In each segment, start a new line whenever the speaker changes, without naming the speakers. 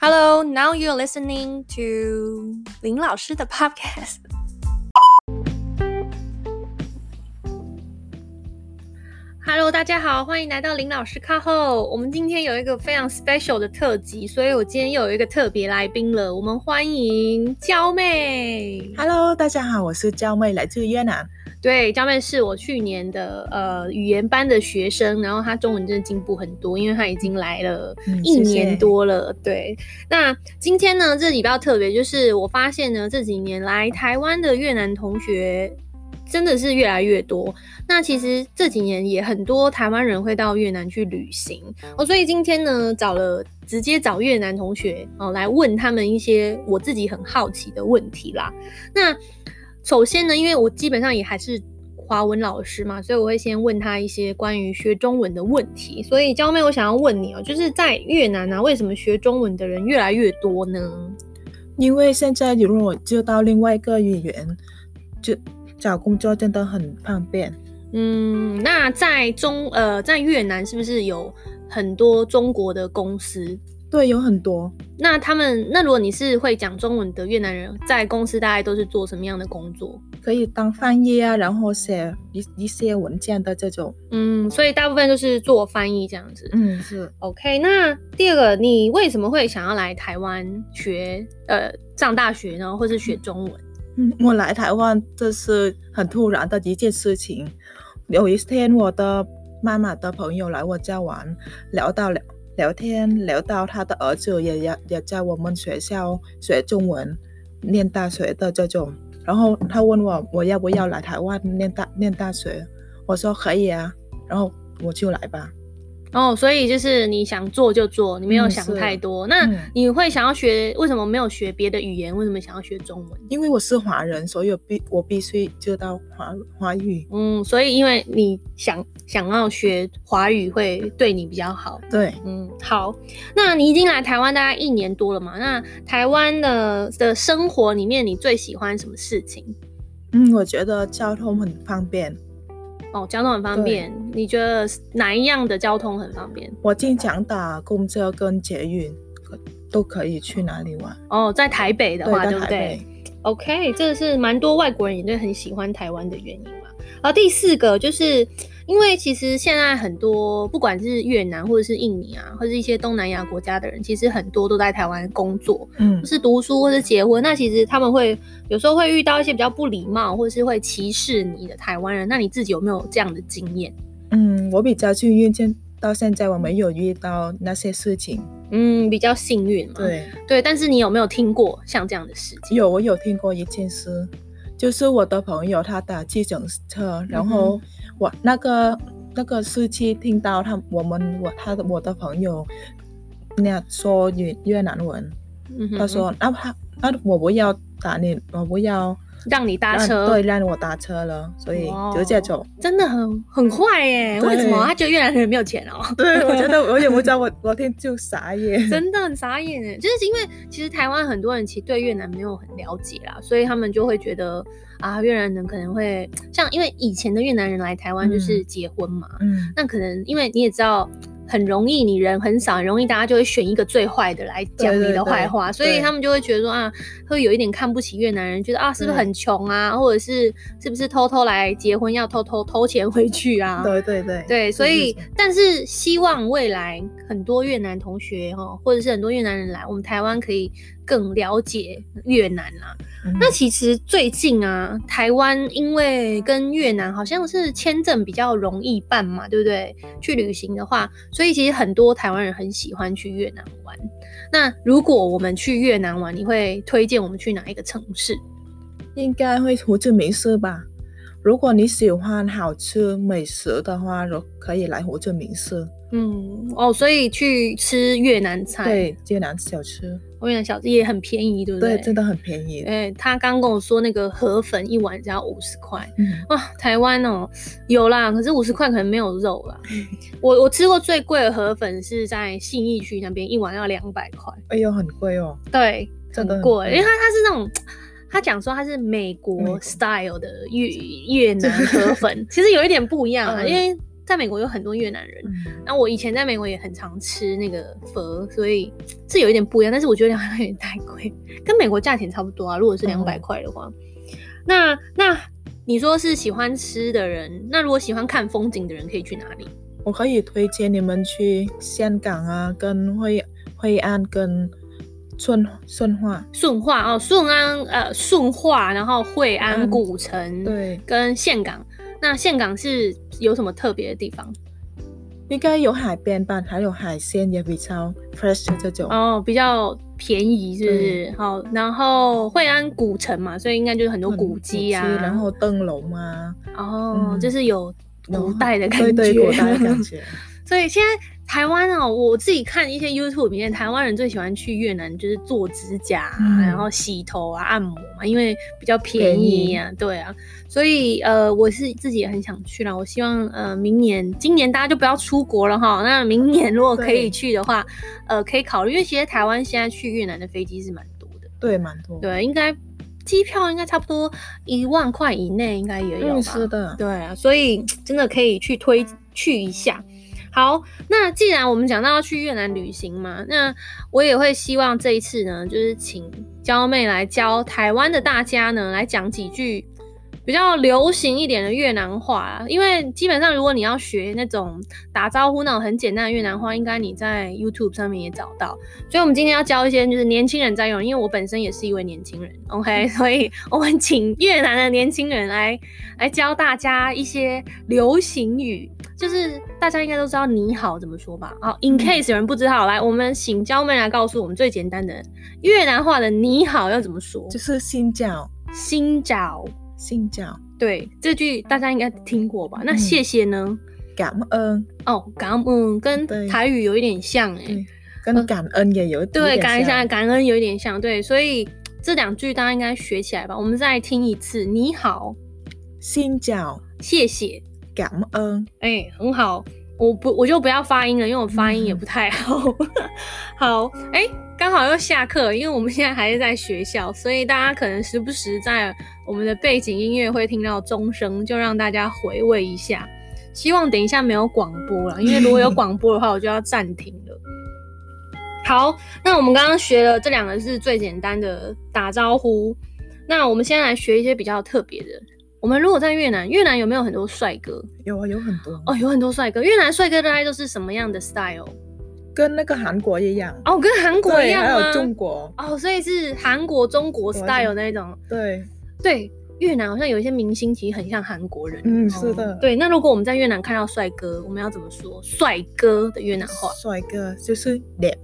Hello, now you're listening to 林老师的 podcast. Hello，大家好，欢迎来到林老师课后。我们今天有一个非常 special 的特辑，所以我今天又有一个特别来宾了。我们欢迎娇妹。
Hello，大家好，我是娇妹，来自越南。
对，江妹是我去年的呃语言班的学生，然后她中文真的进步很多，因为她已经来了
嗯
一
谢谢
年多了。对，那今天呢，这里比较特别，就是我发现呢这几年来台湾的越南同学真的是越来越多。那其实这几年也很多台湾人会到越南去旅行哦，所以今天呢找了直接找越南同学哦来问他们一些我自己很好奇的问题啦。那首先呢，因为我基本上也还是华文老师嘛，所以我会先问他一些关于学中文的问题。所以娇妹，我想要问你哦，就是在越南啊，为什么学中文的人越来越多呢？
因为现在如果知道另外一个语言，就找工作真的很方便。
嗯，那在中呃，在越南是不是有很多中国的公司？
对，有很多。
那他们，那如果你是会讲中文的越南人，在公司大概都是做什么样的工作？
可以当翻译啊，然后写一一些文件的这种。
嗯，所以大部分都是做翻译这样子。
嗯，是
OK，那第二个，你为什么会想要来台湾学呃上大学呢，或是学中文？
嗯，我来台湾这是很突然的一件事情。有一天，我的妈妈的朋友来我家玩，聊到聊聊天，聊到他的儿子也也也在我们学校学中文，念大学的这种。然后他问我我要不要来台湾念大念大学，我说可以啊，然后我就来吧。
哦，所以就是你想做就做，你没有
嗯
想
是
太多。那
嗯
你会想要学，为什么没有学别的语言？为什么想要学中文？
因为我是华人，所以我必我必须知道华华语。
嗯，所以因为你想想要学华语会对你比较好。
对，
嗯，好，那你已经来台湾大概一年多了嘛？那台湾的的生活里面，你最喜欢什么事情？
嗯，我觉得交通很方便。
哦，交通很方
对
便。你觉得哪一样的交通很方便？
我经常打公交跟捷运可都可以去哪里玩。
哦，在台北的话，对
在
不
台
对
北，
？OK，这是蛮多外国人也都很喜欢台湾的原因嘛。然后第四个就是因为其实现在很多不管是越南或者是印尼啊，或者是一些东南亚国家的人，其实很多都在台湾工作，
嗯
或，是读书或是结婚。那其实他们会有时候会遇到一些比较不礼貌或是会歧视你的台湾人。那你自己有没有这样的经验？
嗯，我比较幸运，现到现在我没有遇到那些事情。
嗯，比较幸运嘛。
对，
对，但是你有没有听过像这样的事情？
有我有听过一件事，就是我的朋友他打计程车，然
嗯
后我那个那个司机听到他我们我他的我的朋友那样说越越南文，
嗯哼
他说那他那我不要打你，我不要
让你搭
让
车，
对，让我搭车了，所以
哇
就这种。
真的很很坏耶！
对
为什么他觉得越南人没有钱哦？
对，我觉得我也不知道， 我我听就傻眼。
真的很傻眼哎！就是因为其实台湾很多人其实对越南没有很了解啦，所以他们就会觉得啊，越南人可能会像因为以前的越南人来台湾就是
嗯
结婚嘛，
嗯，
那可能因为你也知道。很容易，你人很少，很容易大家就会选一个最坏的来讲
对
你的
对
坏话，所以
对
他们就会觉得说啊，会有一点看不起越南人，觉得啊是不是
对
很穷啊，或者是是不是偷偷来结婚要偷偷偷钱回去啊？
对对对
对，所以
是是
但是希望未来很多越南同学哈，或者是很多越南人来我们台湾可以更了解越南啊啦。
嗯
那其实最近啊，台湾因为跟越南好像是签证比较容易办嘛，对不对？去旅行的话，所以其实很多台湾人很喜欢去越南玩。那如果我们去越南玩，你会推荐我们去哪一个城市？
应该会胡志明市吧？如果你喜欢好吃美食的话，如可以来胡志明市。
嗯，哦，所以去吃越南菜，
对，越南小吃，
我跟你讲，小也很便宜，对不
对，
对
真的很便宜。
哎、他刚跟我说那个河粉一碗只要五十块
嗯，
哇，台湾哦有啦，可是五十块可能没有肉啦。我我吃过最贵的河粉是在信义区那边，一碗要两百块，
哎呦，很贵哦。
对，
真的
很
很
贵，因为
贵
它它是那种。他讲说他是美
美
国
国
style 的越越南河粉，其实有一点不一样啊，
嗯
因为在美国有很多越南人，
嗯
那我以前在美国也很常吃那个佛，所以是有一点不一样，但是我觉得好像有点太贵，跟美国价钱差不多啊。如果是两百
嗯
块的话，那那你说是喜欢吃的人，那如果喜欢看风景的人可以去哪里？
我可以推荐你们去香港啊，跟惠惠安跟顺顺化。
顺化哦，顺安呃顺化，然后惠安
嗯
古城、
对，
跟岘港。那岘港是有什么特别的地方？
应该有海边吧，还有海鲜也比较 fresh 的这种。
哦，比较便宜是不
对
是？好，然后惠安古城嘛，所以应该就是很多
嗯
古迹啊，
然后灯 笼啊，
哦，
嗯
就是有
然
古
后
代的感觉，
对对，古代的感。觉。
所以现在台湾哦，我自己看一些 YouTube 里面，台湾人最喜欢去越南，就是做指甲啊、
嗯
然后洗头啊、按摩嘛，因为比较便宜啊，对啊。所以呃，我是自己也很想去啦。我希望呃，明年、今年大家就不要出国了哈。那明年如果可以
对
去的话，呃，可以考虑，因为其实台湾现在去越南的飞机是蛮多的，
对，蛮多。，
对，应该机票应该差不多一万块以内，应该也有吧。
嗯，是的。
对啊，所以真的可以去推去一下。好，那既然我们讲到要去越南旅行嘛，那我也会希望这一次呢，就是请娇妹来教台湾的大家呢，来讲几句比较流行一点的越南话啊。因为基本上，如果你要学那种打招呼那种很简单的越南话，应该你在 YouTube 上面也找到。所以，我们今天要教一些就是年轻人在用，因为我本身也是一位年轻人，OK，所 以我们请越南的年轻人来 来教大家一些流行语，就是大家应该都知道“你好”怎么说吧？好，in
嗯
case 有人不知道，来，我们请娇妹来告诉我们最简单的越南话的“你好”要怎么说
就。是新教，
新找，
新教，
对这句大家应该听过吧？那
嗯
谢谢呢？
感恩
哦，感恩跟
对
台语有一点像哎、
对跟感恩也有一
对，
点
感恩
像
像感恩有一点像，对，所以这两句大家应该学起来吧。我们再听一次，你好，
新教，
谢谢，
感恩，
哎、很好。我不，我就不要发音了，因为我发音也不太好。 好，哎、刚好又下课，因为我们现在还是在学校，所以大家可能时不时在我们的背景音乐会听到钟声，就让大家回味一下。希望等一下没有广播了，因为如果有广播的话，我就要暂停了。好，那我们刚刚学了这两个是最简单的打招呼，那我们先来学一些比较特别的。我们如果在越南，越南有没有很多帅哥？
有啊，有很多
哦，有很多帅哥。越南帅哥大概都是什么样的 style？
跟那个韩国一样，
哦，跟韩国一
对，
样
还
吗
有？中国，
哦，所以是韩国、中国
对
style 那种。
对，
对，越南好像有一些明星其实很像韩国人。
嗯，
哦
是的，
对，那如果我们在越南看到帅哥，我们要怎么说？帅哥的越南话，
帅哥就是đẹp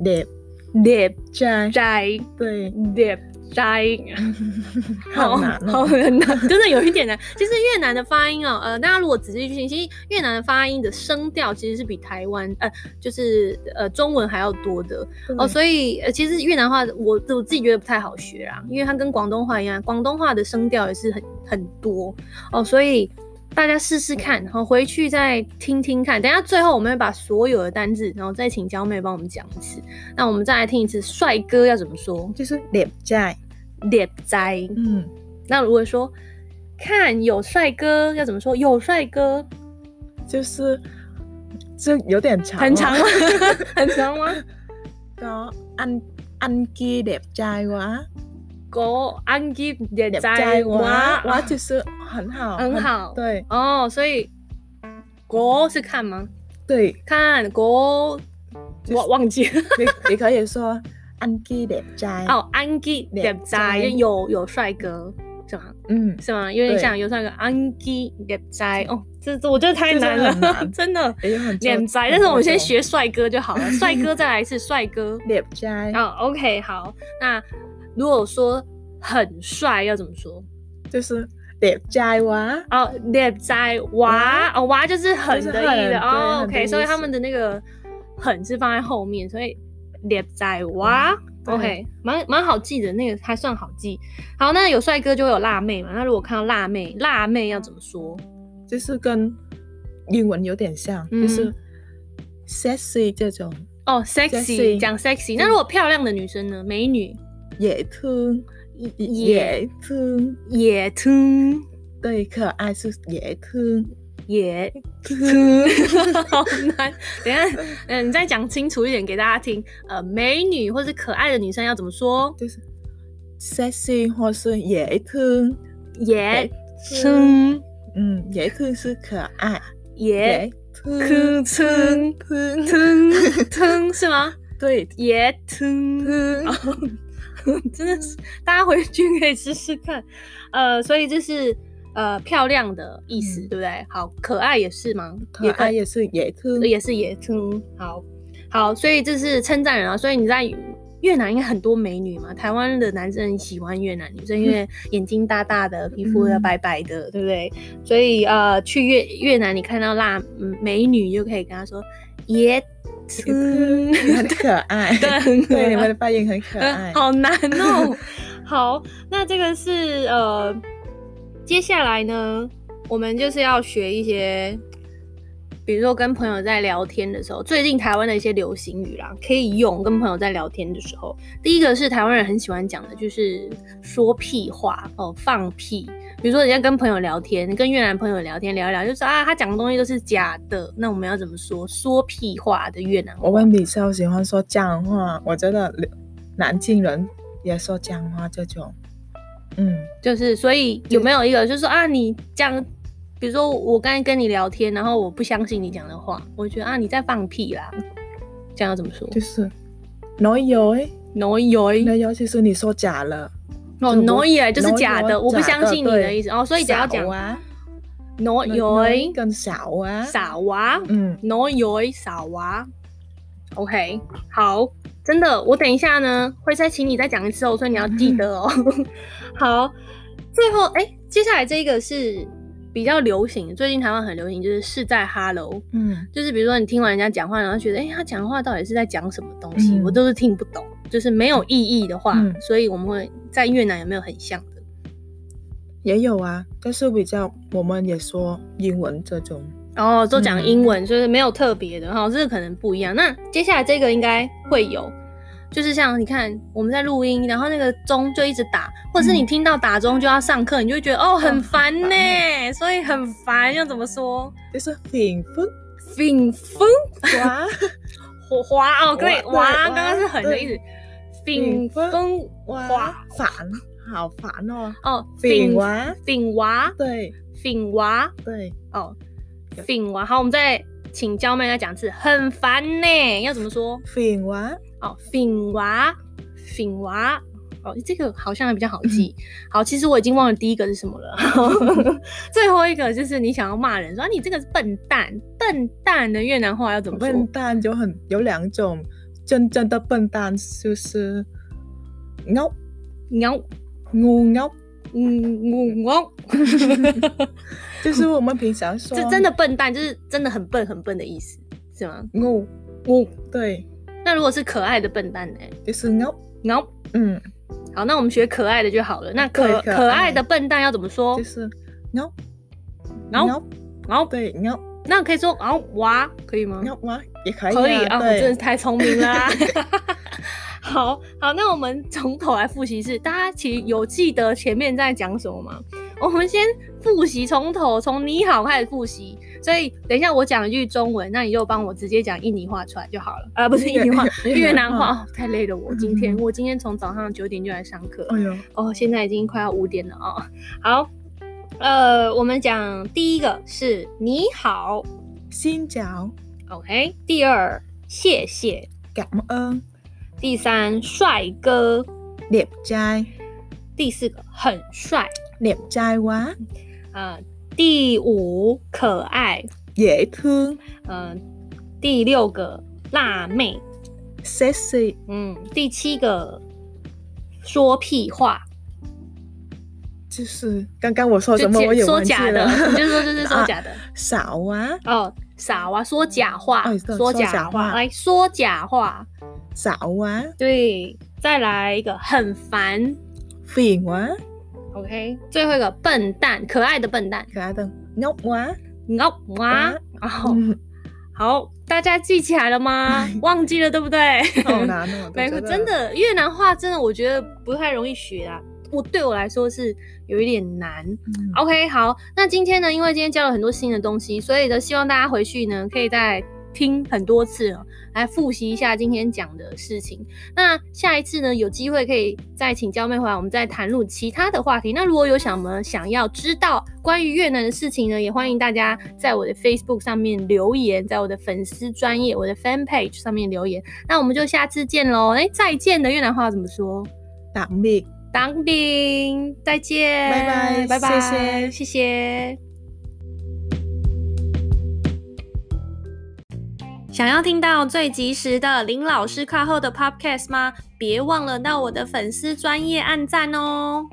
trai，đẹp
đẹp
trai，
trai
对，
đẹp trai。
好难
好
哦，
很难，真的有一点难。其实越南的发音哦，呃，大家如果仔细去听，其实越南的发音的声调其实是比台湾呃，就是呃中文还要多的哦，
以
所以呃，其实越南话我我自己觉得不太好学啊，因为它跟广东话一样，广东话的声调也是很很多哦，所以。大家试试看，然后回去再听听看。等一下最后我们会把所有的单字，然后再请娇妹帮我们讲一次。那我们再来听一次，帅哥要怎么说？
就是 đẹp trai，
đẹp trai，
嗯，
那如果说看有帅哥要怎么说？有帅哥
就是这有点长哦，
很长吗？ 很长吗？
có anh anh kia đẹp trai quá
狗安吉也
đẹp
在
trai
哇
quá quá thực sự 很好
很好
对
哦，所以狗是看吗？
对
看狗，
就是
我忘记了
你你可以说 anh kia đẹp trai
哦，安吉也在
也在
有有帅哥是吗？
嗯
是吗？有点
对
像有帅哥安吉也在哦，这这我觉得太
这真
难
的
了，
很难哎
真的。
也有很多
脸宅，但是我们先学帅哥就 好了。帅哥再来一次，帅哥。
đẹp trai
哦，OK，好。那如果说很帅要怎么说？
就是 đẹp trai quá
哦，đẹp trai 哇，哦哇就是很
就是
的意
很
思
对
哦。
很的
OK，
意
所以他
思
们的那个很是放在后面，所以 đẹp trai 哇。
对
OK，蛮蛮好记的，那个还算好记。好，那有帅哥就会有辣妹嘛。那如果看到辣妹，辣妹要怎么说？
就是跟英文有点像
嗯
就是 sexy 这种
哦，sexy，
Sexy
讲 sexy。那如果漂亮的女生呢？美女
也thương
也
也 thương
也 t
对可爱是也 thương
也 好难。等一下，嗯，你再讲清楚一点给大家听。呃，美女或是可爱的女生要怎么说？
就是 sexy 或是野thương，
也
thương 嗯，野thương 是可爱，
也
野thương
thương
thương
吞吞是吗？
对
也吞，
thương
真的是，大家回去可以试试看。呃，所以这是呃漂亮的意思，
嗯
对不对？好，可爱也是吗？
可爱也是野
这
thương，
也是野村。好，好，所以这是称赞人啊。所以你在越南应该很多美女嘛，台湾的男生喜欢越南女生，因为眼睛大大的，皮肤要
嗯
白白的，对不对？所以呃，去越越南你看到辣嗯美女，就可以跟她说野村。
很可爱，
对很可
对，你
爱
们的发音很可爱，
呃好难哦。 好，那这个是呃，接下来呢，我们就是要学一些，比如说跟朋友在聊天的时候，最近台湾的一些流行语啦，可以用跟朋友在聊天的时候。第一个是台湾人很喜欢讲的，就是说屁话哦、放屁。比如说，人家跟朋友聊天，跟越南朋友聊天，聊一聊，就说啊，他讲的东西都是假的。那我们要怎么说？说屁话的越南话
我们比较喜欢说讲话，我觉得南京人也说讲话这种，嗯，
就是，所以有没有一个就是说啊，你讲，比如说我刚才跟你聊天，然后我不相信你讲的话，我觉得啊你在放屁啦，这样要怎么说？
就是挪油哎，
挪油，
挪油就是你说假了，
哦，
就我
挪油就是假
挪
的，
油
我不相信你
假的
的
对
意思哦，所以只要讲
少啊，
挪油
挪跟少啊，
傻娃，
嗯，
挪油傻娃，OK，好，真的，我等一下呢会再请你再讲一次哦，所以你要记得哦。 好，最后哎、接下来这个是比较流行，最近台湾很流行，就是是在哈喽。
嗯
就是比如说你听完人家讲话，然后觉得，哎、他讲话到底是在讲什么东西，
嗯
我都是听不懂，就是没有意义的话，
嗯
所以我们会在越南有没有很像的？
也有啊，但是比较我们也说英文这种，
哦，都讲英文，就是没有特别的哈，这个可能不一样。那接下来这个应该会有，就是像你看我们在录音，然后那个钟就一直打，或者是你
嗯
听到打钟就要上课，你就会觉得哦很
很
烦呢、
烦
所以很烦，要怎么说？
就是顶分
顶风
哇
火花哦，对，
哇
哇，
对
刚刚是很的
对
意思，顶
顶风
风
哇
哇
烦，好烦哦，
哦，
顶娃，
顶娃，
对
顶娃，
对，
哦，顶娃。好，我们再请娇妹再讲一次，很烦呢，要怎么说？
顶娃，
哦，顶娃，顶娃。哦，这个好像比较好记。
嗯
好，其实我已经忘了 第一个是什么了。最后一个就是你想要骂人，说、啊、你这个是笨蛋，笨蛋的越南话要怎么
笨
说？
蛋有很有两种，真正的笨蛋就是，ngốc
你要
ngu ngốc，
嗯，我我
就是我们平常说，
这真的笨蛋，就是真的很笨很笨的意思，是吗？
ngu，
我
对，
那如果是可爱的笨蛋呢？
就是 ngốc，
然后
嗯，
好，那我们学可爱的就好了。那可
对可爱
可爱的笨蛋要怎么说
就？是 ngốc，
然后
ngốc，
然后
对，ngốc
那可以说然后哇，可以吗？
ngốc 吗？也可以、啊，
可以啊，我真的
对
是，太聪明啦、 好好，那我们从头来复习是，大家其实有记得前面在讲什么吗？我们先复习从头，从你好开始复习。所以等一下我讲一句中文，那你就帮我直接讲印尼话出来就好了。啊，不是印尼话，
越
越南
越
话。
南
哦，太累了我，今天我今天从早上九点就来上课。
哎呦，
哦，现在已经快要五点了哦。好，呃，我们讲第一个是你好
新脚
，OK。第二，谢谢。
感恩
第三，帅哥。
đẹp trai
第四个，很帅。
đẹp trai quá
呃，第五，可爱。
dễ thương
呃，第六个，辣妹。
sexy
嗯，第七个，说屁话。
就是刚刚我说什么
假
我也
说
忘记
假的，
了，
你就说就是说假的。
少啊
哦，傻娃、说假话，
哦
说
对说假
假话，
话
来说假话。
少啊
对，再来一个很烦
phiền quá
，OK，最后一个笨蛋，可爱的笨蛋，
可爱的 ngốc quá
哦哇
哇，
哦，好，大家记起来了 吗？忘记了对不对？
好难哦，
没
我
有，
觉得
真的越南话真的我觉得不太容易学啊。我对我来说是有一点难。
嗯
OK，好，那今天呢，因为今天教了很多新的东西，所以呢，希望大家回去呢可以再听很多次哦，来复习一下今天讲的事情。那下一次呢，有机会可以再请娇妹回来，我们再谈论其他的话题。那如果有什么想要知道关于越南的事情呢，也欢迎大家在我的 Facebook 上面留言，在我的粉丝专业、我的 Fan Page 上面留言。那我们就下次见喽！哎，再见的越南话怎么说？
tạm biệt
当兵，再见，
拜
拜
拜
拜，
谢谢
谢谢。想要听到最及时的林老师课后的 Podcast 吗？别忘了到我的粉丝专业按赞哦。